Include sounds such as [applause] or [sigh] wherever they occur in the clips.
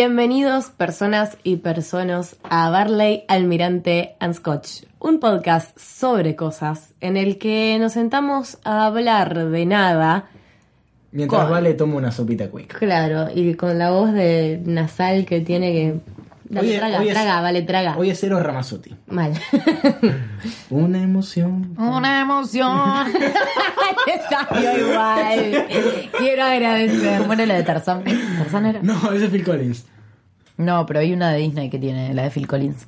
Bienvenidos personas y personas a Barley, Almirante and Scotch, un podcast sobre cosas en el que nos sentamos a hablar de nada, Mientras Con- Vale toma una sopita quick. claro, y con la voz de nasal que tiene que... Dale, Hoy es- traga, hoy es- traga, vale, traga. Hoy es Eros Ramazzotti. Mal. Una emoción. [laughs] [laughs] Una emoción. Te salió igual. Quiero agradecer. Bueno, la de Tarzán. ¿Tarzán era? No, ese es Phil Collins. No, pero hay una de Disney que tiene, la de Phil Collins.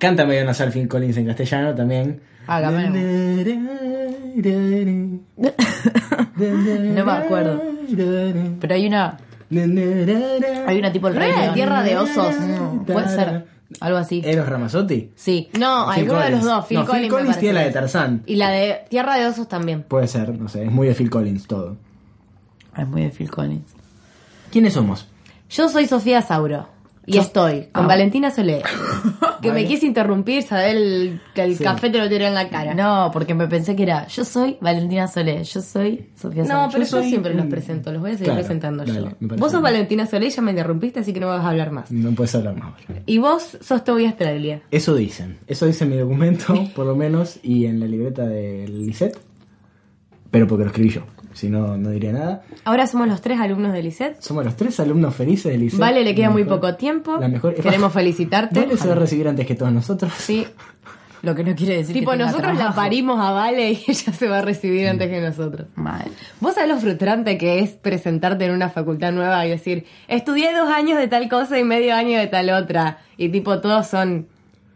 Canta medio nasal Phil Collins en castellano también. Hágame. [laughs] No me acuerdo. Pero hay una, hay una tipo el rey ¿No era de León. Tierra de [laughs] Osos? No, puede ser. Algo así. Eros Ramazzotti. Sí. No, Phil alguno de los Collins. dos. Phil No, Collins, me parece. tiene la de Tarzán. Y la de Tierra de Osos también. Puede ser, no sé, es muy de Phil Collins todo. Es muy de Phil Collins. ¿Quiénes somos? Yo soy Sofía Sauro. Y estoy con Ah. Valentina Solé. Que me Vale. quise interrumpir, Sabel, que el café te lo tiró en la cara. No, No, porque me pensé que era, yo soy Valentina Solé, yo soy Sofía pero Sánchez. yo, yo soy siempre los un- presento, los voy a seguir Claro, presentando dale, yo. me parece Vos sos bien. Valentina Solé, ya me interrumpiste, así que no vas a hablar más. No puedes hablar más. Vale. Y vos sos Tobias Traglia. Eso dicen. Eso dice [laughs] mi documento, por lo menos, y en la libreta de Lisette. Pero porque lo escribí yo. Si no, no diría nada. Ahora somos los tres alumnos de Lisset. Somos los tres alumnos felices de Lisette. Vale, le queda La muy mejor- poco tiempo. La mejor... Queremos felicitarte. Vale se va a recibir antes que todos nosotros. Sí. Lo que no quiere decir Tipo, que tenga nosotros la trabajo. parimos a Vale y [laughs] ella se va a recibir antes que nosotros. Mal. ¿Vos sabés lo frustrante que es presentarte en una facultad nueva y decir, estudié dos años de tal cosa y medio año de tal otra? Y tipo, todos son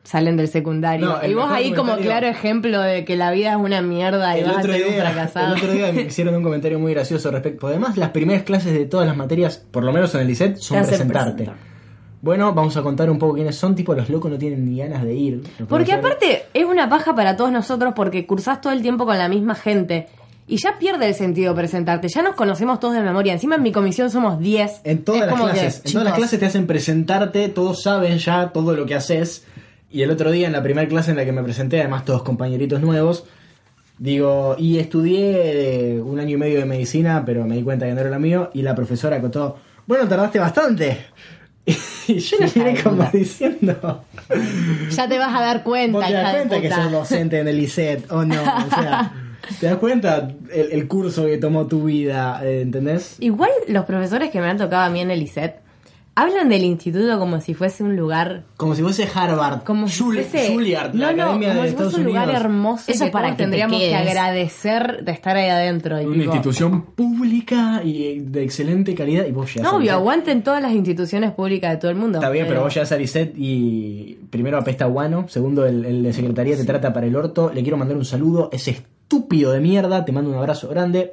salen del secundario. No, el y vos mejor ahí como comentario- claro ejemplo de que la vida es una mierda y El vas a otro, ser un día, fracasado. el otro [laughs] día me hicieron un comentario muy gracioso respecto. Además, las primeras clases de todas las materias, por lo menos en el ISET, son Te hacen presentarte. presentar. Bueno, vamos a contar un poco quiénes son. Tipo, los locos no tienen ni ganas de ir. Los Porque profesores- aparte es una paja para todos nosotros porque cursás todo el tiempo con la misma gente. Y ya pierde el sentido presentarte, ya nos conocemos todos de memoria. Encima en mi comisión somos 10. En todas Es las como que, clases. en todas las chicos, clases te hacen presentarte, todos saben ya todo lo que haces. Y el otro día, en la primera clase en la que me presenté, además todos compañeritos nuevos, digo, y estudié eh, un año y medio de medicina, pero me di cuenta que no era lo mío, y la profesora acotó, bueno, tardaste bastante. [laughs] Y yo le miré como diciendo, Ya te vas a dar vos cuenta, te das hija de cuenta que puta. sos docente en el ISET, o no, [laughs] o sea, te das cuenta el, el curso que tomó tu vida, eh, ¿entendés? Igual los profesores que me han tocado a mí en el ISET hablan del instituto como si fuese un lugar. Como si fuese Harvard. Como si Jul- fuese- Juilliard, no, la no, Academia como de si fuese Estados un lugar Unidos. hermoso. Eso que para todos que te tendríamos que quedes. agradecer de estar ahí adentro. y Una tipo, institución pública y eh, de excelente calidad. Y vos ya No, obvio, aguanten todas las instituciones públicas de todo el mundo. Está bien, pero vos llegás a Lisette y primero apesta guano, segundo el, el de secretaría te trata para el orto, le quiero mandar un saludo, es estúpido de mierda, te mando un abrazo grande.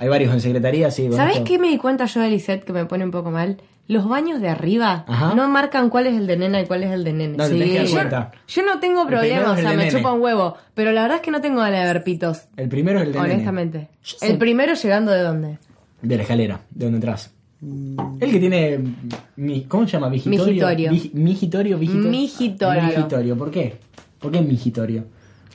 Hay varios en secretaría, sí. con ¿Sabés esto- qué me di cuenta yo de Lisette que me pone un poco mal? Los baños de arriba Ajá. no marcan cuál es el de nena y cuál es el de nene. No, te tenés que dar Yo- cuenta. Yo, no tengo El primero problema, o es el sea, de me nene. chupa un huevo. Pero la verdad es que no tengo ganas de ver pitos, El primero es el de nene, honestamente. Yo El sé. primero llegando de dónde? de la escalera, de donde entras. El que tiene. mi- ¿Cómo se llama? Vigitorio. Migitorio. Vigi- Migitorio, vigitorio. Migitorio. Migitorio, ¿por qué? ¿Por qué migitorio?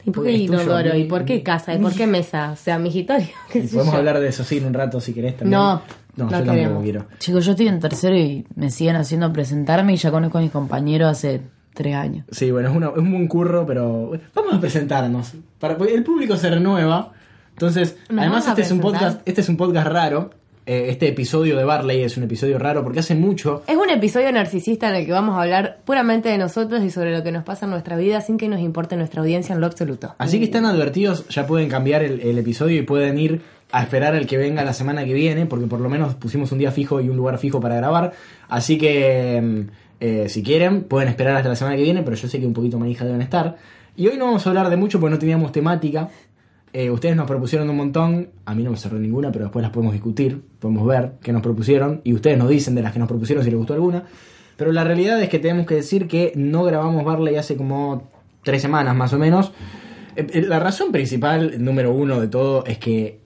¿Y por qué Porque es tuyo, inodoro? ¿Y mi- por qué mi- casa? ¿Y por [laughs] qué mesa? O sea, mijitorio. [laughs] ¿Qué Y sé podemos yo? hablar de eso sí en un rato si querés también. No, no, no yo queremos. tampoco quiero. Chicos, yo estoy en tercero y me siguen haciendo presentarme y ya conozco a mis compañeros hace tres años. Sí, bueno, es, una- es un buen curro, pero vamos a presentarnos. Para, porque el público se renueva. Entonces, ¿Nos además vamos a este es un presentar? podcast, este es un podcast raro. Eh, este episodio de Barley es un episodio raro porque hace mucho. Es un episodio narcisista en el que vamos a hablar puramente de nosotros y sobre lo que nos pasa en nuestra vida sin que nos importe nuestra audiencia en lo absoluto. Así que están advertidos, ya pueden cambiar el, el episodio y pueden ir a esperar al que venga la semana que viene, porque por lo menos pusimos un día fijo y un lugar fijo para grabar. Así que, mm, eh, si quieren, pueden esperar hasta la semana que viene, pero yo sé que un poquito manija deben estar. Y hoy no vamos a hablar de mucho porque no teníamos temática. Eh, ustedes nos propusieron un montón, a mí no me cerró ninguna, pero después las podemos discutir, podemos ver qué nos propusieron y ustedes nos dicen de las que nos propusieron si les gustó alguna. Pero la realidad es que tenemos que decir que no grabamos Barley hace como tres semanas más o menos. Eh, eh, La razón principal, número uno de todo, es que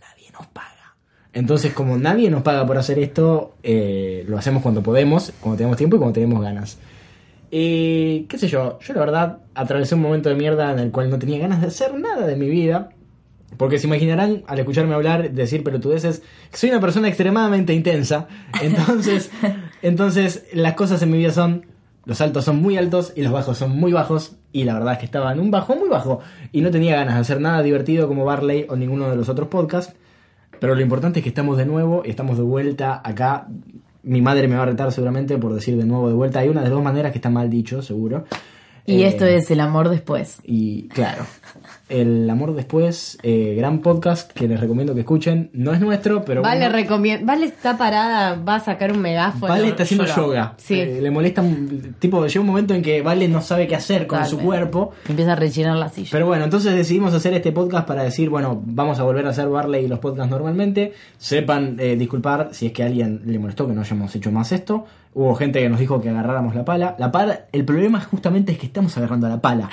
nadie nos paga. Entonces, como nadie nos paga por hacer esto, eh, lo hacemos cuando podemos, cuando tenemos tiempo y cuando tenemos ganas. Eh, qué sé yo, yo la verdad atravesé un momento de mierda en el cual no tenía ganas de hacer nada de mi vida. Porque se imaginarán al escucharme hablar, decir pelotudeces, que soy una persona extremadamente intensa. [laughs] Entonces, entonces las cosas en mi vida son, los altos son muy altos y los bajos son muy bajos. Y la verdad es que estaba en un bajo muy bajo. Y no tenía ganas de hacer nada divertido como Barley o ninguno de los otros podcasts. Pero lo importante es que estamos de nuevo, estamos de vuelta acá. Mi madre me va a retar seguramente por decir de nuevo de vuelta. Hay una de las dos maneras que está mal dicho, seguro. Y Eh, esto es el amor después. y claro, El Amor Después, eh, gran podcast que les recomiendo que escuchen. No es nuestro, pero Vale, bueno, recomien- Vale está parada, va a sacar un megáfono. Vale está haciendo Yo no. yoga. Sí. Eh, le molesta, un- tipo, llega un momento en que Vale no sabe qué hacer con su Totalmente. cuerpo. Empieza a rellenar la silla. Pero bueno, entonces decidimos hacer este podcast para decir, bueno, vamos a volver a hacer Barley y los podcasts normalmente. Sepan eh, disculpar si es que a alguien le molestó que no hayamos hecho más esto. Hubo gente que nos dijo que agarráramos la pala. La pala, el problema justamente es que estamos agarrando [laughs] la pala.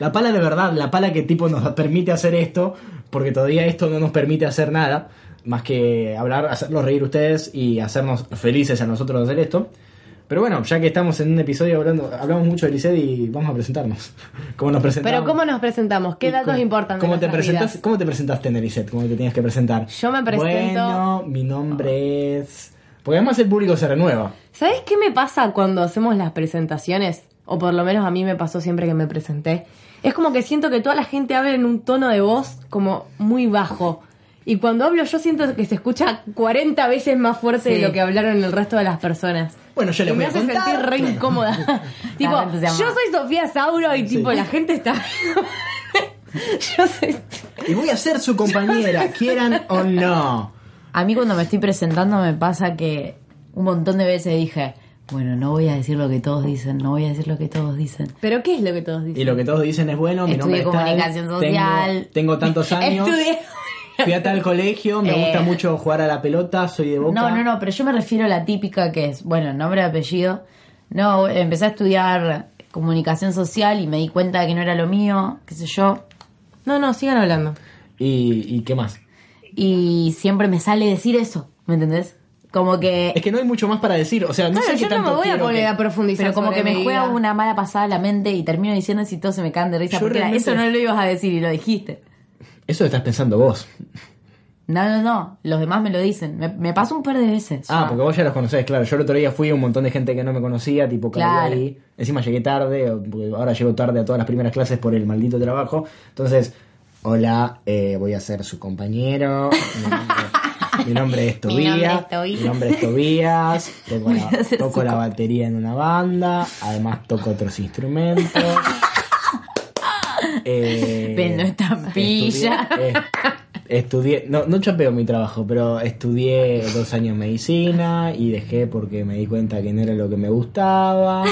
La pala de verdad, la pala que tipo nos permite hacer esto, porque todavía esto no nos permite hacer nada, más que hablar, hacerlos reír ustedes y hacernos felices a nosotros hacer esto. Pero bueno, ya que estamos en un episodio hablando, hablamos mucho de Lisset y vamos a presentarnos. [laughs] Como nos presentamos. Pero ¿cómo nos presentamos? ¿Qué Y datos cómo- importan de ¿cómo te, nuestras presentas, vidas? ¿Cómo te presentaste en Elisette? ¿Cómo te tenías que presentar? Yo me presento- Bueno, mi nombre es... Porque además el público se renueva. ¿Sabes qué me pasa cuando hacemos las presentaciones? O por lo menos a mí me pasó siempre que me presenté. Es como que siento que toda la gente habla en un tono de voz como muy bajo. Y cuando hablo yo siento que se escucha 40 veces más fuerte Sí. de lo que hablaron el resto de las personas. Bueno, yo Y les voy me a hace contar. sentir re [laughs] incómoda. tipo, La gente se yo ama. soy Sofía Sauro y tipo, Sí. la gente está... [laughs] yo soy... Y voy a ser [laughs] su compañera, quieran o no. A mí cuando me estoy presentando me pasa que un montón de veces dije, bueno, no voy a decir lo que todos dicen, no voy a decir lo que todos dicen. ¿Pero qué es lo que todos dicen? Y lo que todos dicen es bueno, mi nombre Estudié es tal, comunicación social. Tengo, [laughs] tengo tantos años. Estudié- Fui a tal colegio, me Eh. gusta mucho jugar a la pelota, soy de boca. No, no, no, pero yo me refiero a la típica que es, bueno, nombre, apellido. No, empecé a estudiar comunicación social y me di cuenta de que no era lo mío, qué sé yo. No, no, sigan hablando. ¿Y, y qué más? Y siempre me sale decir eso, ¿me entendés? Como que... Es que no hay mucho más para decir, o sea, no Claro, sé qué yo no tanto me voy a quiero poner que- a profundizar Pero como sobre que me mi juega vida. una mala pasada a la mente y termino diciendo eso y todos se me caen de risa Yo porque era, realmente- eso no lo ibas a decir y lo dijiste. Eso estás pensando vos. No, no, no. Los demás me lo dicen. Me, me pasa un par de veces. Ah, ya. porque vos ya los conocés, claro. Yo el otro día fui a un montón de gente que no me conocía, tipo caí Claro. ahí. Encima llegué tarde, porque ahora llego tarde a todas las primeras clases por el maldito trabajo. Entonces, hola, eh, voy a ser su compañero. Mi nombre- Mi nombre es [laughs] Mi nombre Tobías. es Tobías. Mi nombre es Tobías. Toco [laughs] Voy la, a ser toco su la com- batería en una banda. Además toco otros instrumentos. Eh, [laughs] Pero estampilla. Estudié, eh, estudié- no, no chapeo mi trabajo, pero estudié dos años medicina y dejé porque me di cuenta que no era lo que me gustaba.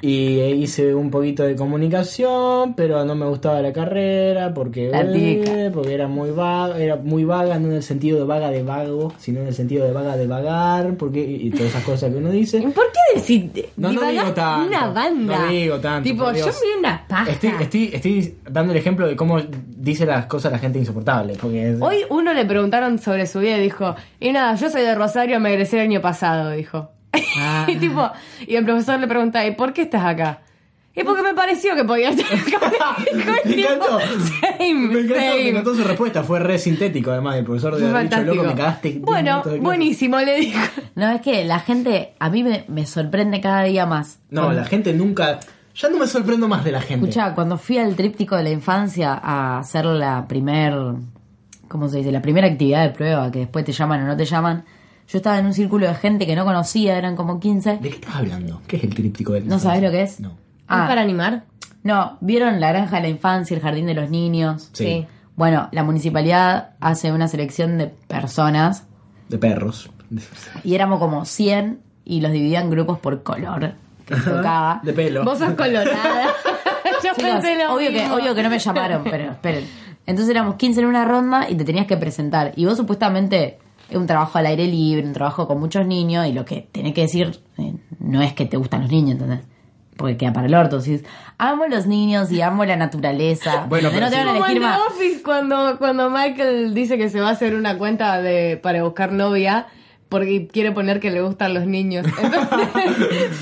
Y hice un poquito de comunicación, pero no me gustaba la carrera porque, La típica. eh, porque era muy vaga, era muy vaga, no en el sentido de vaga de vago, sino en el sentido de vaga de vagar, porque y, y todas esas cosas que uno dice. ¿Por qué decir No, no divagás digo tanto, una banda? no digo tanto, Tipo, por yo Dios. vi una paja. Estoy, estoy, estoy dando el ejemplo de cómo dice las cosas la gente insoportable. Porque es- Hoy uno le preguntaron sobre su vida y dijo, y nada, yo soy de Rosario, me egresé el año pasado, dijo. Ah. [laughs] y tipo, y el profesor le pregunta, ¿y por qué estás acá? Y porque me pareció que podía [laughs] estar acá. [laughs] Dijo, y Me tipo, encantó. Same, Me encantó, me same. encantó su respuesta, fue re sintético además el profesor de Fue haber dicho, loco, fantástico. me cagaste. diez bueno, minutos de clase". buenísimo, le dijo. No, es que la gente a mí me, me sorprende cada día más. No, la gente nunca. Ya no me sorprendo más de la gente. Escucha, cuando fui al tríptico de la infancia a hacer la primer, ¿cómo se dice? La primera actividad de prueba, que después te llaman o no te llaman, yo estaba en un círculo de gente que no conocía, eran como 15. ¿De qué estás hablando? ¿Qué es el tríptico del ¿No sabés lo que es? No. Ah. ¿Es para animar? No, ¿vieron la granja de la infancia, el jardín de los niños? Sí. Bueno, la municipalidad hace una selección de personas De perros. y éramos como 100 y los dividían en grupos por color que les tocaba. [laughs] De pelo. Vos sos colorada. [laughs] yo Chicos, pensé lo obvio, que, mismo. obvio que no me [laughs] llamaron, pero esperen. Entonces éramos 15 en una ronda y te tenías que presentar. Y vos supuestamente es un trabajo al aire libre, un trabajo con muchos niños y lo que tenés que decir eh, no es que te gustan los niños, ¿entendés? Porque queda para el orto. Si amo los niños y amo la naturaleza. Bueno, no pero te sí. van a Como en elegir The más. Office cuando, cuando Michael dice que se va a hacer una cuenta de para buscar novia porque quiere poner que le gustan los [laughs] niños. Entonces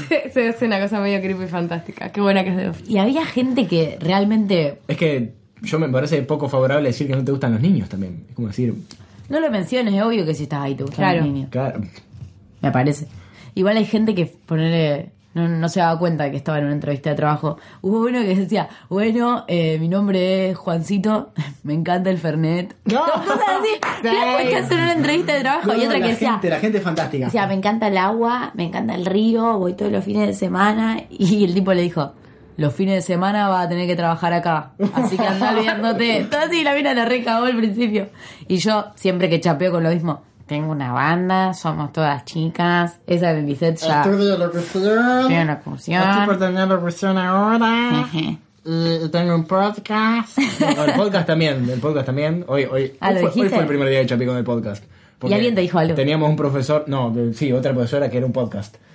[laughs] se, se hace una cosa medio creepy fantástica. Qué buena que es The Office. Y había gente que realmente Es que yo me parece poco favorable decir que no te gustan los niños también. Es como decir, No lo menciones, es obvio que si estás ahí te gustan Claro. los niños. claro, Me parece. Igual hay gente que ponerle. No, no se daba cuenta que estaba en una entrevista de trabajo. Hubo uno que decía, bueno, eh, mi nombre es Juancito, [laughs] me encanta el Fernet. [laughs] No. Cosas [laughs] así. Claro, hay que hacer una entrevista de trabajo. y No, otra la que decía, gente, la gente es fantástica. decía, me encanta el agua, me encanta el río, voy todos los fines de semana. [laughs] Y el tipo le dijo, los fines de semana vas a tener que trabajar acá. Así que anda [laughs] olvidándote. Todo así, la mina la recagó al principio. Y yo, siempre que chapeo con lo mismo, tengo una banda, somos todas chicas. Esa de Lisette ya... Estudio locución. Estudio locución. Estoy por terminar locución ahora. Ejé. Y y Eh, tengo un [laughs] podcast. No, el podcast también, el podcast también. Hoy, hoy, Ah, hoy ¿lo fue, hoy dijiste? fue el primer día de Chapi con el podcast. Porque ¿Y alguien te dijo algo? Teníamos un profesor, no, de- sí, otra profesora que era un podcast. [laughs]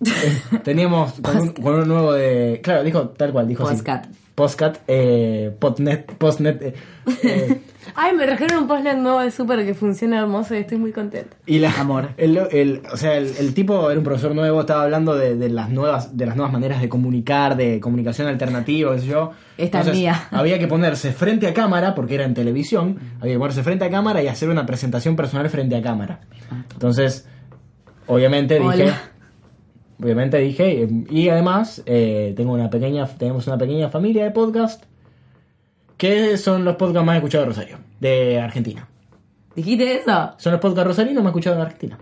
Eh, teníamos con un, con un nuevo de... Claro, dijo tal cual, dijo Postcat. así. Postcat. eh, Potnet, Postnet. eh, [laughs] eh, Ay, me trajeron un postnet nuevo de Super que funciona hermoso y estoy muy contenta. Y la, Amor. El, el- o sea, el, el tipo era un profesor nuevo, estaba hablando de, de las nuevas, de las nuevas maneras de comunicar, de comunicación alternativa, qué sé yo. Esta es mía. Había que ponerse frente a cámara, porque era en televisión, había que ponerse frente a cámara y hacer una presentación personal frente a cámara. Entonces, obviamente Hola. dije. Obviamente dije, eh, y además eh, tengo una pequeña, tenemos una pequeña familia de podcast que son los podcasts más escuchados de Rosario, de Argentina. ¿Dijiste eso? Son los podcasts rosarinos más escuchados de Argentina.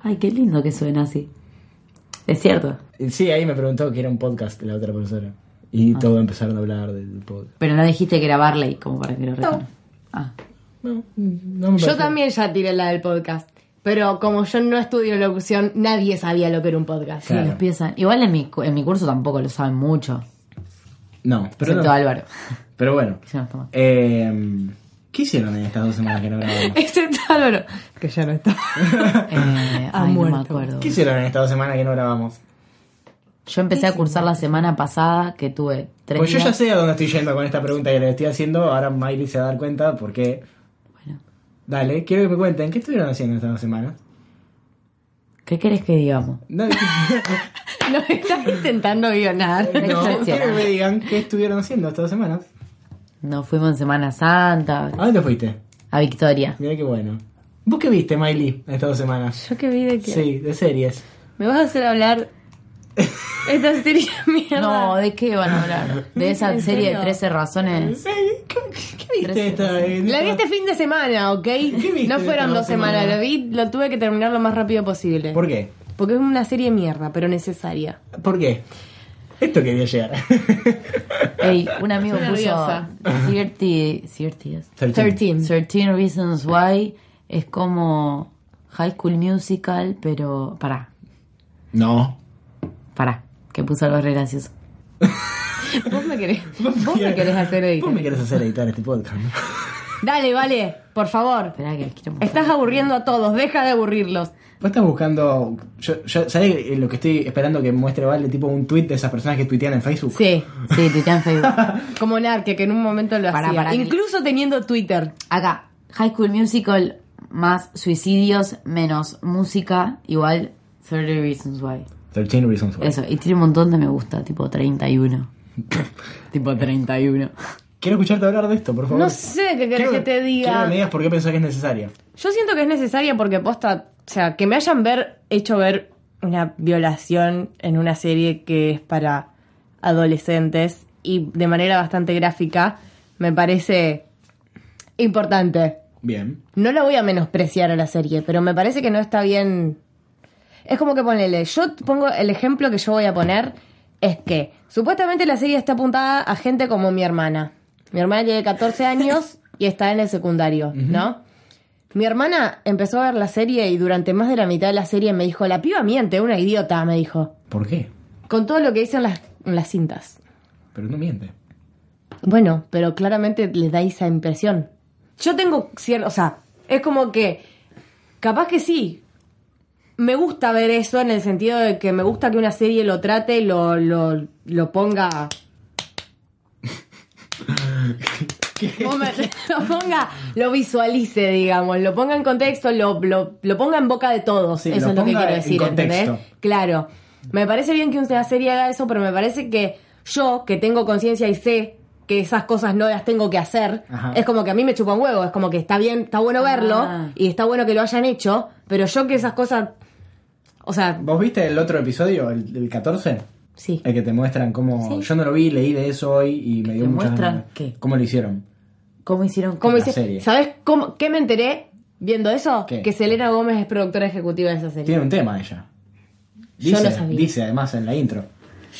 Ay, qué lindo que suena así. Es cierto. Sí, ahí me preguntó que era un podcast la otra profesora. Ah. Y todo empezaron a hablar del podcast. Pero no dijiste que era Barley, como para que lo reconozca. Ah. No, no me Yo pareció. también ya tiré la del podcast. Pero como yo no estudio locución, nadie sabía lo que era un podcast. Sí, Claro. los pibes saben. Igual en mi, cu- en mi curso tampoco lo saben mucho. No, pero, excepto no. Álvaro. [laughs] pero bueno. que se nos toma. Eh, ¿Qué hicieron en estas dos semanas que no grabamos? Excepto Álvaro, que ya no [laughs] está. Eh, Ha ay, no me muerto. acuerdo. ¿Qué hicieron en estas dos semanas que no grabamos? Yo empecé a cursar la semana pasada que tuve tres Pues yo días. ya sé a dónde estoy yendo con esta pregunta que le estoy haciendo. Ahora Miley se va a dar cuenta porque... Bueno, Dale, quiero que me cuenten. ¿Qué estuvieron haciendo estas dos semanas? ¿Qué querés que digamos? No, [laughs] no, No estás intentando guionar. quiero que me digan qué estuvieron haciendo estas dos semanas. Nos fuimos en Semana Santa ¿A dónde fuiste? a Victoria. Mira qué bueno. ¿Vos qué viste, Miley, en estas dos semanas? Yo que vi de que. Sí, de series. Me vas a hacer hablar. Esta serie de mierda. No, ¿de qué van a hablar? [laughs] De esa ¿En serie serio? de 13 razones. ¿Qué, qué viste Trece, esta? en La vi esta- este fin de semana, ¿ok? viste No de fueron esta dos semanas, semana? lo vi, lo tuve que terminar lo más rápido posible. ¿Por qué? Porque es una serie de mierda, pero necesaria. ¿Por qué? Esto quería [laughs] llegar. Ey, un amigo Estoy puso nerviosa. 30, 30 13. es. 13 Reasons Why es como High School Musical, pero. Pará, No. pará, que puso algo re gracioso. Vos me [laughs] querés, vos me querés hacer editar. Vos me querés hacer editar este podcast. ¿no? Dale, vale, por favor. Esperá que les quiero mostrar. Estás aburriendo a todos, deja de aburrirlos. Vos estás buscando. Yo, yo- ¿Sabés lo que estoy esperando que muestre Vale? Tipo un tweet de esas personas que tuitean en Facebook. Sí. Sí, tuitea en Facebook. Como Narque, que en un momento lo Pará, hacía. pará, que- Incluso teniendo Twitter. Acá, High School Musical más suicidios menos música igual 30 Reasons Why. 13 Reasons Why. Eso, y tiene un montón de me gusta, tipo [laughs] 31. tipo 31. Quiero escucharte hablar de esto, por favor. No sé qué querés Quiero que te Quiero diga. que me digas por qué pensás que es necesaria. Yo siento que es necesaria porque posta, o sea, que me hayan ver, hecho ver una violación en una serie que es para adolescentes y de manera bastante gráfica, me parece importante. Bien. No la voy a menospreciar a la serie, pero me parece que no está bien. Es como que ponele, yo t- pongo el ejemplo que yo voy a poner es que supuestamente la serie está apuntada a gente como mi hermana. Mi hermana tiene 14 años y está en el secundario, ¿no? Mi hermana empezó a ver la serie y durante más de la mitad de la serie me dijo, la piba miente, una idiota, me dijo. ¿Por qué? Con todo lo que dicen las, las cintas. Pero no miente. Bueno, pero claramente les da esa impresión. Yo tengo cierto, o sea, es como que, capaz que sí, me gusta ver eso en el sentido de que me gusta que una serie lo trate, lo, lo, lo ponga... [laughs] Vos me- lo ponga, lo visualice, digamos, lo ponga en contexto, lo, lo, lo ponga en boca de todos. Sí, eso lo es lo que ponga quiero en decir, contexto. ¿entendés? Claro. Me parece bien que una serie haga eso, pero me parece que yo, que tengo conciencia y sé que esas cosas no las tengo que hacer. Ajá. Es como que a mí me chupa un huevo, es como que está bien, está bueno verlo Ah. y está bueno que lo hayan hecho, pero yo que esas cosas, o sea, ¿Vos viste el otro episodio, el, el 14? sí. El que te muestran cómo... Yo no lo vi, leí de eso hoy y me dio te muchas muestran ganas. qué? ¿Cómo lo hicieron? ¿Cómo hicieron? Como la dice- serie. ¿sabes cómo, qué me enteré viendo eso? ¿Qué? Que Selena Gómez es productora ejecutiva de esa serie. Tiene un tema ella. Yo Dice, no sabía. dice además en la intro.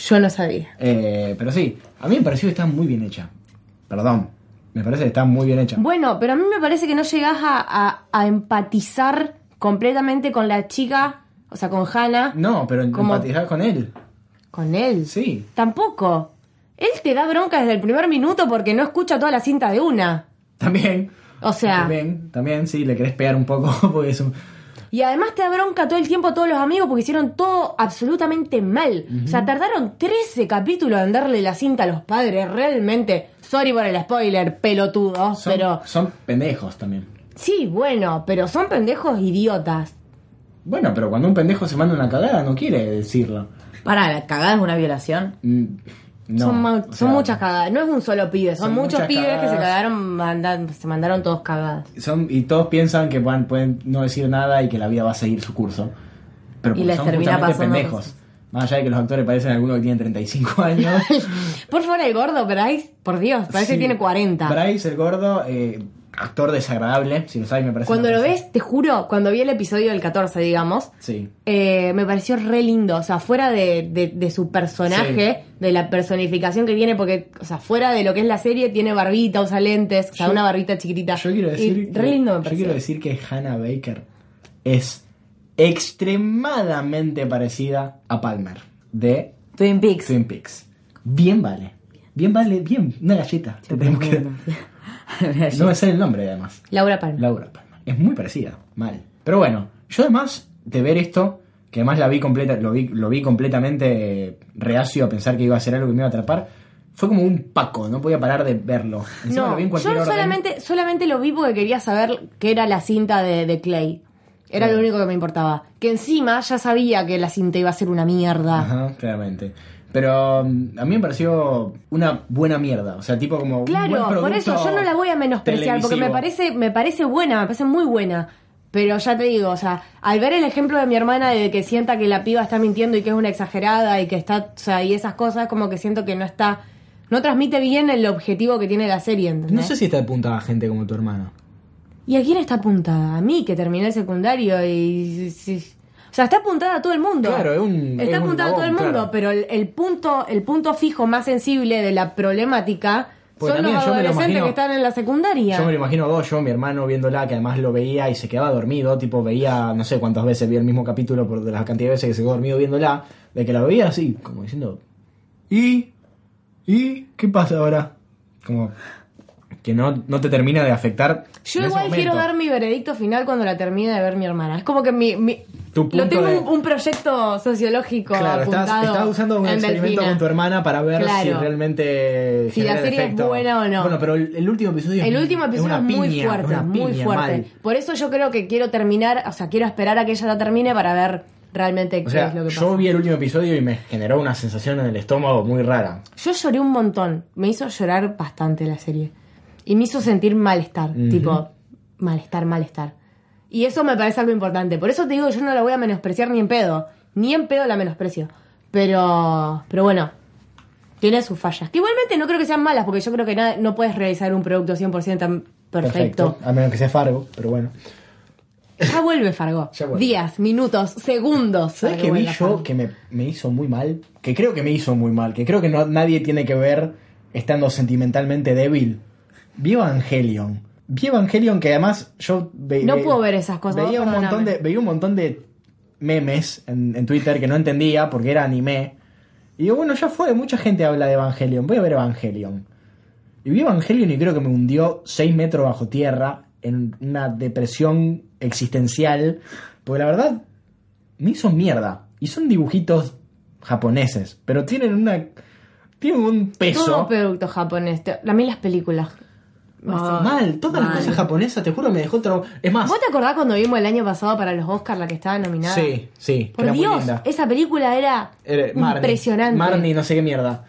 Yo no sabía. Eh, pero sí, a mí me pareció que está muy bien hecha. Perdón, me parece que está muy bien hecha. Bueno, pero a mí me parece que no llegás a, a- a empatizar completamente con la chica, o sea, con Hannah, No, pero ¿Cómo? empatizar con él. con él. Sí. Tampoco. Él te da bronca desde el primer minuto porque no escucha toda la cinta de una. También. O sea- También, también, sí, le querés pegar un poco [laughs] porque es un- Y además te da bronca todo el tiempo a todos los amigos porque hicieron todo absolutamente mal. O sea, tardaron 13 capítulos en darle la cinta a los padres, realmente. Sorry por el spoiler, pelotudos, Son, pero... son pendejos también. Sí, bueno, pero son pendejos idiotas. Bueno, pero cuando un pendejo se manda una cagada no quiere decirlo. Para, la cagada es una violación. Mm, No, son ma- o son sea, muchas cagadas. No es un solo pibe, son, son muchos muchas pibes que se cagadas. cagaron, mandan- se mandaron todos cagadas. son- y todos piensan que van, pueden no decir nada y que la vida va a seguir su curso. Pero Y porque les son termina justamente pasando pendejos. Más allá de que los actores parecen algunos que tienen 35 años. Por favor, el gordo, Bryce, por Dios, [laughs] parece Sí. que tiene 40. Bryce, el gordo, eh, actor desagradable, si lo sabes, me parece. Cuando una lo cosa- ves, te juro, cuando vi el episodio del 14, digamos, Sí. eh, me pareció re lindo. O sea, fuera de, de- de su personaje, de la personificación que tiene, porque, o sea, fuera de lo que es la serie, tiene barbita, usa lentes, o sea, Yo- una barbita chiquitita. Yo quiero Y decir. re lindo me que, yo pareció. quiero decir que Hannah Baker es extremadamente parecida a Palmer de Twin Peaks. Twin Peaks. Bien vale. Bien vale, bien. Una galleta. Te tenemos que- [laughs] No me sale el nombre, además. Laura Palmer. Laura Palmer. Es muy parecida. Mal. Pero bueno, yo además de ver esto, que además la vi completa, lo vi, lo vi completamente eh, reacio a pensar que iba a ser algo que me iba a atrapar, fue como un paco, no podía parar de verlo. Encima lo No, vi en yo cualquier orden. solamente, solamente lo vi porque quería saber qué era la cinta de, de Clay. Era Claro. lo único que me importaba. Que encima ya sabía que la cinta iba a ser una mierda. Ajá, claramente. Pero mm, a mí me pareció una buena mierda. O sea, tipo como. un buen Claro, por producto eso yo no la voy a menospreciar, porque me televisivo. parece, me parece buena, me parece muy buena. Pero ya te digo, o sea, al ver el ejemplo de mi hermana de que sienta que la piba está mintiendo y que es una exagerada y que está, o sea, y esas cosas, como que siento que no está, no transmite bien el objetivo que tiene la serie, ¿entendés? No sé si está apuntada a gente como tu hermano. ¿Y a quién está apuntada? A mí, que terminé el secundario y... sí, sí. O sea, está apuntada a todo el mundo. Claro, es un- Está es un apuntada a todo el labón, mundo, claro. pero el, el punto, el punto fijo más sensible de la problemática Pues son los también yo me lo adolescentes imagino- que están en la secundaria. Yo me lo imagino a vos, yo, mi hermano viéndola, que además lo veía y se quedaba dormido, tipo veía, no sé cuántas veces vi el mismo capítulo por de la cantidad de veces que se quedó dormido viéndola, de que la veía así, como diciendo, ¿y? ¿y? ¿qué pasa ahora? Como que no, no te termina de afectar. Yo en ese igual quiero momento. dar mi veredicto final cuando la termine de ver mi hermana. Es como que mi... mi- Tu punto lo tengo de- un, un proyecto sociológico Claro, estás, apuntado estás usando un en experimento Delfina. con tu hermana para ver si Claro. realmente. Si la genera el serie es efecto. buena o no. Bueno, pero el, el último episodio. El es- último episodio una es, muy piña, fuerte, una muy piña, fuerte. mal. Por eso yo creo que quiero terminar, o sea, quiero esperar a que ella la termine para ver realmente O qué sea, es lo que pasa. yo vi el último episodio y me generó una sensación en el estómago muy rara. Yo lloré un montón, me hizo llorar bastante la serie. Y me hizo sentir malestar, tipo, malestar, malestar. Y eso me parece algo importante. Por eso te digo, yo no la voy a menospreciar ni en pedo. Ni en pedo la menosprecio. Pero, pero bueno, tiene sus fallas. Que igualmente no creo que sean malas, porque yo creo que na- no puedes realizar un producto 100% tan perfecto. A menos que sea Fargo, pero bueno. Ya vuelve Fargo. Ya vuelve. Días, minutos, segundos. ¿Sabes para qué vi vuelva yo Fargo. que me, me hizo muy mal? Que creo que me hizo muy mal. Que creo que no, nadie tiene que ver estando sentimentalmente débil. Vi Evangelion. Vi Evangelion que además yo ve- No ve- puedo ver esas cosas, Veía vos un, montón perdoname. de, veía un montón de memes en, en Twitter que no entendía porque era anime. Y digo, bueno, ya fue, mucha gente habla de Evangelion. Voy a ver Evangelion. Y vi Evangelion y creo que me hundió 6 metros bajo tierra en una depresión existencial. Porque la verdad, me hizo mierda. Y son dibujitos japoneses, pero tienen una. Tienen un peso. Todo producto japonés. Te- A mí las películas. mal, todas las Mal. cosas japonesas, te juro, me dejó trau- Es más. ¿Vos te acordás cuando vimos el año pasado para los Oscars la que estaba nominada? Sí, sí. que Por era muy Dios, linda. esa película era Era Eh, Marnie. impresionante. Marnie, no sé qué mierda.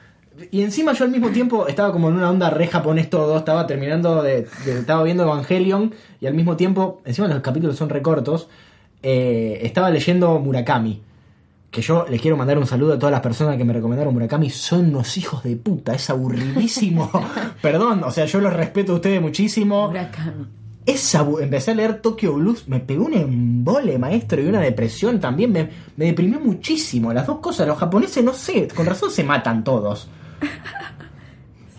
Y encima yo al mismo tiempo estaba como en una onda re japonés todo, estaba terminando de, de- estaba viendo Evangelion y al mismo tiempo, encima los capítulos son recortos, eh, estaba leyendo Murakami. Que yo les quiero mandar un saludo a todas las personas que me recomendaron Murakami. Son unos hijos de puta, es aburridísimo. Perdón, o sea, yo los respeto a ustedes muchísimo. Murakami. Es abu- empecé a leer Tokyo Blues, me pegó un embole, maestro, y una depresión también. Me, me deprimió muchísimo. Las dos cosas, los japoneses, no sé, con razón se matan todos.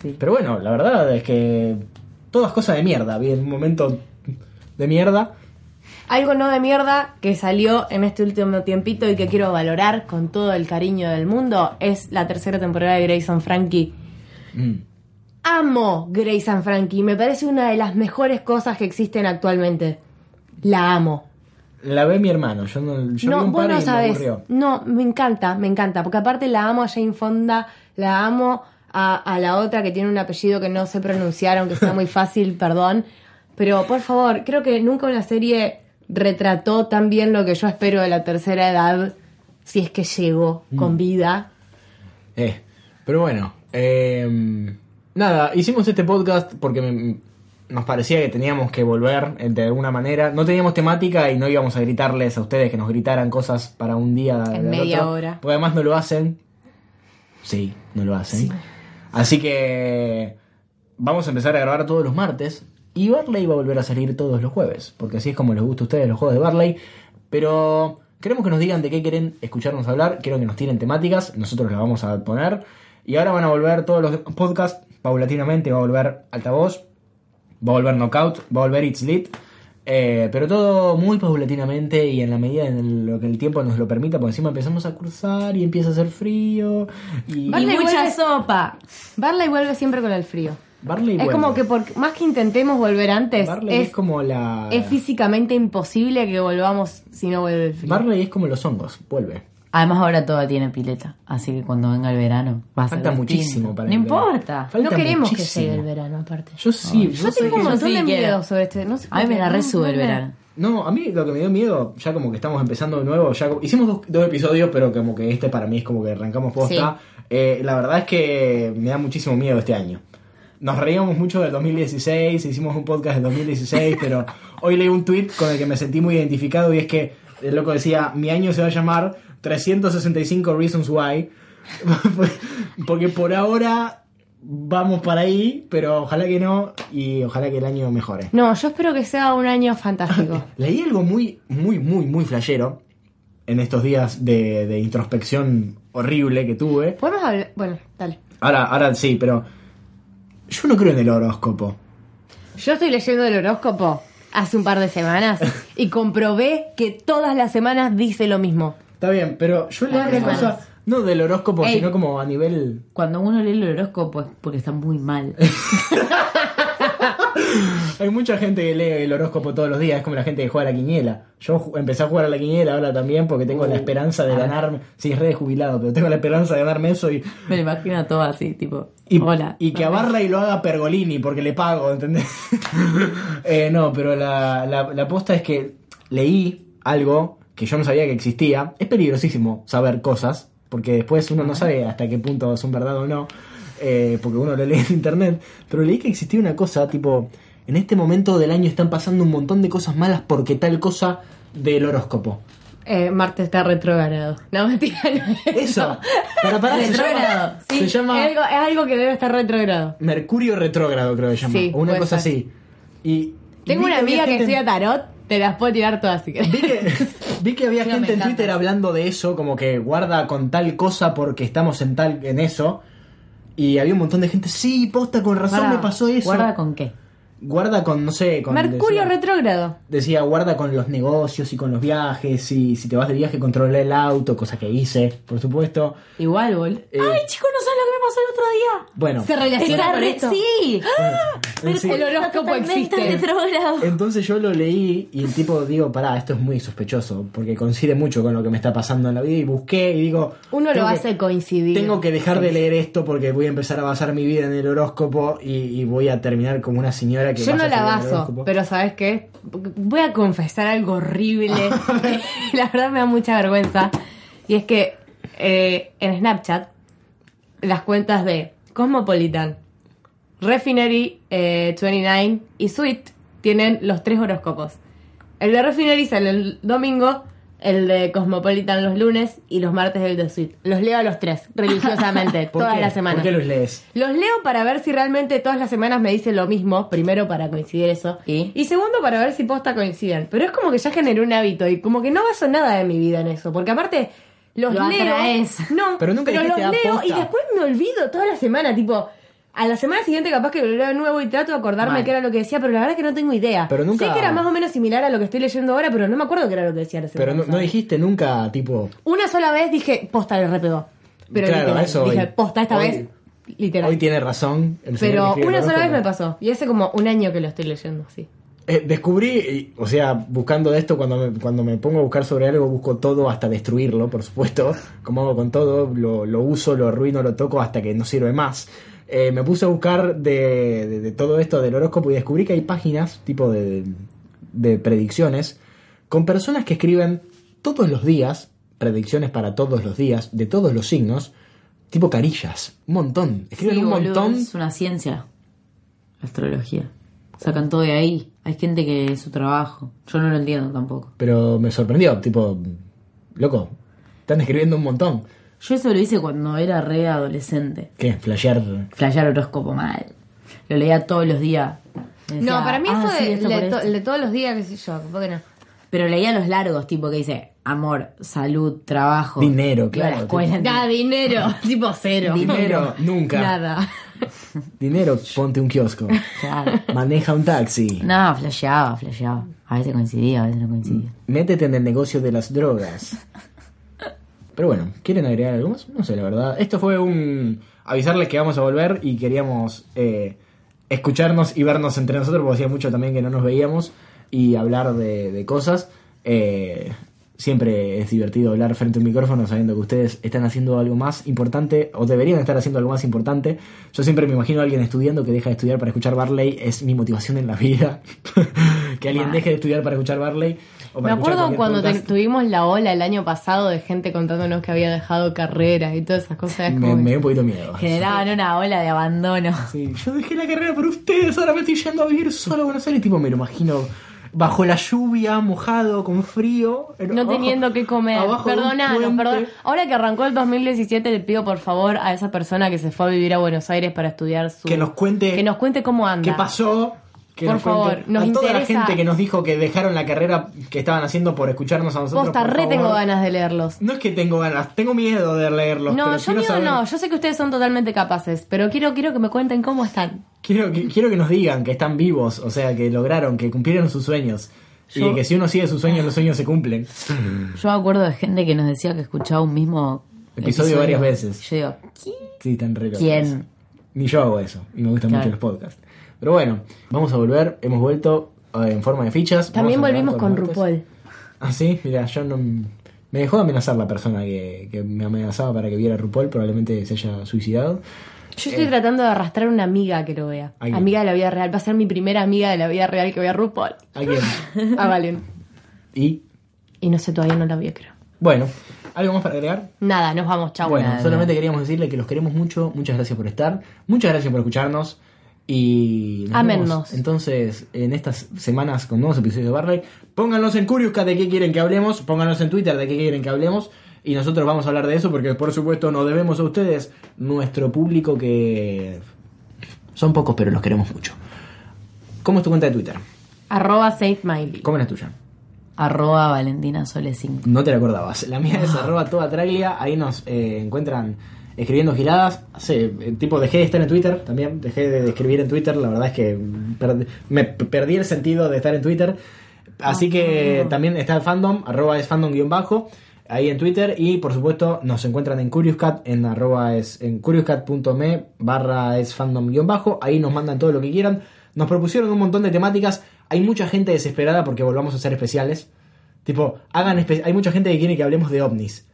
Sí. Pero bueno, la verdad es que todas cosas de mierda. Vi en un momento de mierda. Algo no de mierda que salió en este último tiempito y que quiero valorar con todo el cariño del mundo es la tercera temporada de Grey's and Frankie. Mm. Amo Grey's and Frankie, me parece una de las mejores cosas que existen actualmente. La amo. La ve mi hermano, yo no yo vi no, un vos par no y sabés. me aburrió. No, me encanta, me encanta. Porque aparte la amo a Jane Fonda, la amo a, a la otra que tiene un apellido que no sé pronunciar, aunque sea muy fácil, [laughs] perdón. Pero por favor, creo que nunca una serie retrató tan bien lo que yo espero de la tercera edad, si es que llego Mm. con vida. Eh, pero bueno, eh, nada, hicimos este podcast porque me- nos parecía que teníamos que volver eh, de alguna manera. No teníamos temática y no íbamos a gritarles a ustedes que nos gritaran cosas para un día. En del media otro, hora. Porque además no lo hacen. Sí, no lo hacen. Así que vamos a empezar a grabar todos los martes. Y Barley va a volver a salir todos los jueves. Porque así es como les gusta a ustedes los juegos de Barley. Pero queremos que nos digan de qué quieren escucharnos hablar. Quiero que nos tiren temáticas. Nosotros las vamos a poner. Y ahora van a volver todos los podcasts. Paulatinamente va a volver Altavoz. Va a volver Knockout. Va a volver It's Lit. eh, pero todo muy paulatinamente y en la medida en lo que el tiempo nos lo permita, porque encima empezamos a cruzar y empieza a hacer frío. Y Vale. Y Barley mucha vuelve- sopa. Barley vuelve siempre con el frío. es Barley vuelve. como que por más que intentemos volver antes, Barley es, es, como la. es físicamente imposible que volvamos si no vuelve el frío. Barley es como los hongos, vuelve. Además ahora todo tiene pileta, así que cuando venga el verano va a ser Falta distinto. muchísimo para No el verano. importa. Falta no queremos muchísimo. que llegue el verano, aparte. Yo sí, Yo tengo un que- que- montón yo de sí quiero. miedo sobre este. No sé A mí por me qué, la no, resube no, el no. verano. No, a mí lo que me dio miedo, ya como que estamos empezando de nuevo, ya co- hicimos dos, dos episodios, pero como que este para mí es como que arrancamos posta. Eh, la verdad es que me da muchísimo miedo este año. Nos reíamos mucho del 2016, hicimos un podcast del 2016, pero hoy leí un tweet con el que me sentí muy identificado y es que el loco decía, mi año se va a llamar 365 Reasons Why, [laughs] porque por ahora vamos para ahí, pero ojalá que no y ojalá que el año mejore. No, yo espero que sea un año fantástico. Leí algo muy, muy, muy, muy flashero en estos días de, de introspección horrible que tuve. Podemos hablar. Bueno, dale. Ahora, ahora sí, pero yo no creo en el horóscopo. Yo estoy leyendo el horóscopo hace un par de semanas y comprobé que todas las semanas dice lo mismo. Está bien, pero yo leí Las una semanas. cosa, no del horóscopo, Ey. sino como a nivel... Cuando uno lee el horóscopo es porque está muy mal. Hay mucha gente que lee el horóscopo todos los días, es como la gente que juega a la quiniela. Yo ju- empecé a jugar a la quiniela ahora también porque tengo la esperanza de ganarme... Sí, es re de jubilado, pero tengo la esperanza de ganarme eso y... Me lo imagino todo así, tipo, Y, hola. y que a Barley lo haga Pergolini porque le pago, ¿entendés? [laughs] Eh, no, pero la, la, la posta es que leí algo que yo no sabía que existía. Es peligrosísimo saber cosas porque después uno no sabe hasta qué punto son verdad o no, eh, porque uno lo lee en internet. Pero leí que existía una cosa tipo: en este momento del año están pasando un montón de cosas malas porque tal cosa del [laughs] horóscopo. Eh, Marte está retrogrado. No, mentira, no es [laughs] Eso, [laughs] para para se Retrógrado, llama, Sí, se llama Es, algo, es algo que debe estar retrogrado. Mercurio retrógrado, creo que se llama. Sí, o una puede cosa ser. así. Y. Tengo y vi una había amiga que gente en- estudia tarot, te las puedo tirar todas así Vi que. que, vi que había No, me gente en encanta. Twitter hablando de eso, como que guarda con tal cosa porque estamos en tal en eso. Y había un montón de gente, sí, posta, con razón Pará, me pasó eso. ¿Guarda con qué? Guarda con, no sé, con. Mercurio decía, retrógrado. decía, guarda con los negocios y con los viajes. Y si te vas de viaje, controla el auto, cosa que hice, por supuesto. Igual, bol. Eh. Ay, chicos, no sabes lo que me pasó el otro día. Bueno. Se relaciona Está con re- esto. Sí. en sí. el horóscopo Está totalmente existe. retrógrado. Entonces yo lo leí y el tipo digo, pará, esto es muy sospechoso, porque coincide mucho con lo que me está pasando en la vida y busqué y digo... Uno tengo lo que- hace coincidir. Tengo que dejar de leer esto porque voy a empezar a basar mi vida en el horóscopo y, y voy a terminar como una señora que... Yo basa no la su vida en el baso, horóscopo. pero ¿sabes qué? Voy a confesar algo [laughs] horrible. [laughs] la verdad me da mucha vergüenza. Y es que eh, en Snapchat las cuentas de Cosmopolitan, Refinery eh, 29 y Sweet tienen los tres horóscopos. El de Refinery sale el domingo, el de Cosmopolitan los lunes y los martes el de Sweet. Los leo a los [laughs] tres, religiosamente, ¿Por todas qué? las semanas. ¿Por qué los lees? Los leo para ver si realmente todas las semanas me dicen lo mismo. Primero, para coincidir eso. ¿Y? segundo, para ver si posta coinciden. Pero es como que ya generé un hábito y como que no baso nada de mi vida en eso. Porque aparte, los Lo leo. atraes. No, [laughs] Pero nunca dijiste, los "Ah, leo posta". y después me olvido toda la semana. Tipo, a la semana siguiente capaz que lo leo de nuevo y trato de acordarme Mal. qué era lo que decía, pero la verdad que no tengo idea. Pero nunca- Sé que era más o menos similar a lo que estoy leyendo ahora, pero no me acuerdo qué era lo que decía la semana. Pero no, no pasada. dijiste nunca, tipo, Una sola vez dije, posta, le repegó. Pero Claro, literal, eso dije, hoy. posta, esta Hoy- vez, literal. hoy tiene razón. el señor que Pero escribe una los sola vez me horóscopos. pasó. Y hace como un año que lo estoy leyendo, sí. Eh, descubrí, y, o sea, buscando esto, cuando me, cuando me pongo a buscar sobre algo, busco todo hasta destruirlo, por supuesto. Como hago con todo, lo, lo uso, lo arruino, lo toco hasta que no sirve más. Eh, me puse a buscar de, de- de todo esto del horóscopo y descubrí que hay páginas, tipo de, de predicciones, con personas que escriben todos los días, predicciones para todos los días, de todos los signos, tipo carillas, un montón. Escriben Sí, un boludo, montón. Es una ciencia. La astrología. Sacan todo de ahí. Hay gente que es su trabajo. Yo no lo entiendo tampoco. Pero me sorprendió, tipo, loco, están escribiendo un montón. Yo eso lo hice cuando era re adolescente. ¿Qué? Flashear. Flashear horóscopo mal. Lo leía todos los días. Decía, no, para mí "Ah, eso sí, de, esto le- por to- esto". le todos los días, qué sé yo, capaz que no. Pero leía los largos, tipo que dice amor, salud, trabajo. Dinero, Iba claro, A la escuela. Da dinero, [laughs] tipo cero. Dinero, nunca. Nada. Dinero, ponte un kiosco. Claro. Maneja un taxi. No, flasheaba, flasheaba. A veces coincidía, a veces no coincidía. Métete en el negocio de las drogas. Pero bueno, ¿quieren agregar algo más? No sé, la verdad. Esto fue un avisarles que vamos a volver y queríamos eh, escucharnos y vernos entre nosotros, porque hacía mucho también que no nos veíamos y hablar de, de cosas. Eh, siempre es divertido hablar frente a un micrófono sabiendo que ustedes están haciendo algo más importante o deberían estar haciendo algo más importante. Yo siempre me imagino a alguien estudiando que deja de estudiar para escuchar Barley, es mi motivación en la vida. [laughs] que alguien deje de estudiar para escuchar Barley. o Ah. Me para escuchar acuerdo cualquier cuando te- podcast. tuvimos la ola el año pasado de gente contándonos que había dejado carreras y todas esas cosas. es Me, como- me dio un poquito miedo. Generaban una ola de abandono. Sí, [laughs] yo dejé la carrera por ustedes, ahora me estoy yendo a vivir solo a Buenos Aires. Tipo, me lo imagino bajo la lluvia, mojado, con frío. en- No abajo- teniendo que comer. abajo de un Perdonanos, puente. Ah, perdón. Ahora que arrancó el 2017, le pido por favor a esa persona que se fue a vivir a Buenos Aires para estudiar su. Que nos cuente- Que nos cuente cómo anda. ¿Qué pasó? Que Por nos cuente- favor, nos a toda la interesa- gente que nos dijo que dejaron la carrera que estaban haciendo por escucharnos a nosotros. Posta, por re favor. tengo ganas de leerlos. No es que tengo ganas, tengo miedo de leerlos. No, pero yo quiero miedo saber- no, yo sé que ustedes son totalmente capaces, pero quiero, quiero que me cuenten cómo están. Quiero que, quiero que nos digan que están vivos, o sea, que lograron, que cumplieron sus sueños. Y Yo- de que si uno sigue sus sueños, los sueños se cumplen. Yo me acuerdo de gente que nos decía que escuchaba un mismo Episodio varias veces. Yo digo, ¿quién? Sí, tan re locos. ¿Quién? Ni yo hago eso. Y me gustan Claro. mucho los podcasts. Pero bueno, vamos a volver. Hemos vuelto eh, en forma de fichas. También Vamos a volvimos grabar con todos los martes. RuPaul. Ah, sí, mira, yo no. Me dejó de amenazar la persona que, que me amenazaba para que viera RuPaul. Probablemente se haya suicidado. Yo estoy tratando de arrastrar una amiga que lo vea. Eh. Ahí. Amiga de la vida real. Va a ser mi primera amiga de la vida real que vea RuPaul. [laughs] Alguien. A Valen. y Y no sé, todavía no la vi, creo. bueno, ¿algo más para agregar? Nada, nos vamos, chau. Bueno, nada. solamente queríamos decirle que los queremos mucho. Muchas gracias por estar. Muchas gracias por escucharnos. Y nos Ámennos. vemos, entonces en estas semanas con nuevos episodios de Barley. Pónganos en Curiosca de qué quieren que hablemos. Pónganos en Twitter de qué quieren que hablemos. Y nosotros vamos a hablar de eso porque por supuesto nos debemos a ustedes, nuestro público que son pocos pero los queremos mucho. ¿Cómo es tu cuenta de Twitter? Arroba Save My Bee. ¿Cómo es la tuya? Arroba Valentina Sole 5. No te la acordabas. La mía es arroba toda traglia. Ahí nos eh, encuentran escribiendo giladas. Hace, eh, tipo, dejé de estar en Twitter también. Dejé de escribir en Twitter. La verdad es que perd- me p- perdí el sentido de estar en Twitter. Así que también está el fandom, arroba es fandom guión bajo. Ahí en Twitter y por supuesto nos encuentran en CuriousCat en arroba es en curiouscat.me barra es fandom guión bajo. Ahí nos mandan todo lo que quieran. Nos propusieron un montón de temáticas. Hay mucha gente desesperada porque volvamos a hacer especiales. Tipo, hagan espe- hay mucha gente que quiere que hablemos de ovnis.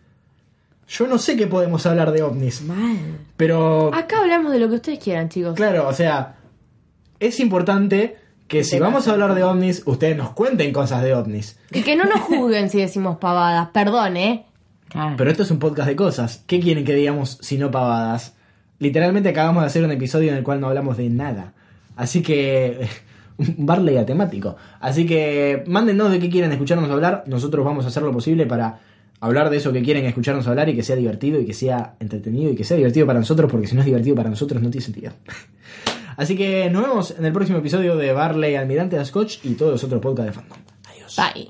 Yo no sé qué podemos hablar de ovnis, Mal. pero Acá hablamos de lo que ustedes quieran, chicos. claro, o sea, es importante que si vamos a hablar de ovnis, ustedes nos cuenten cosas de ovnis. Y que no nos juzguen si decimos pavadas. Perdón, ¿eh? Claro. Pero esto es un podcast de cosas. ¿Qué quieren que digamos si no pavadas? literalmente acabamos de hacer un episodio en el cual no hablamos de nada. Así que. [laughs] Un Barley a temático. Así que mándenos de qué quieren escucharnos hablar. Nosotros vamos a hacer lo posible para hablar de eso que quieren escucharnos hablar y que sea divertido y que sea entretenido y que sea divertido para nosotros, porque si no es divertido para nosotros no tiene sentido. [laughs] Así que nos vemos en el próximo episodio de Barley, Almirante de Scotch y todos los otros podcasts de fandom. Adiós. Bye.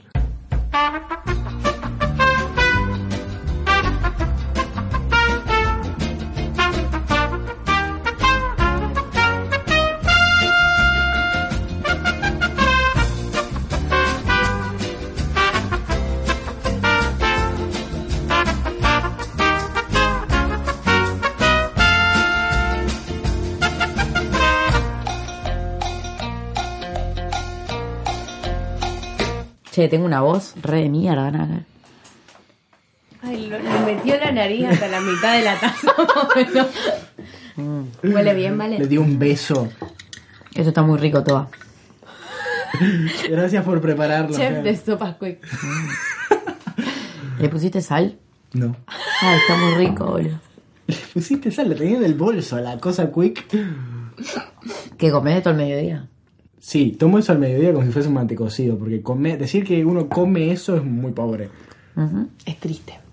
Che, tengo una voz re de mierda, nada. Ay, lo, le metió la nariz hasta la mitad de la [laughs] taza. Huele bien, Le ¿vale? di un beso. Eso está muy rico, Toa. Gracias por prepararlo. Chef Fer. de sopas quick. ¿Le pusiste sal? No. Ah, está muy rico, boludo. Le pusiste sal, la tenía en el bolso, la cosa quick. ¿Qué comés todo el mediodía? Sí, tomo eso al mediodía como si fuese un mantecocido, porque come- decir que uno come eso es muy pobre. Ujú. Es triste.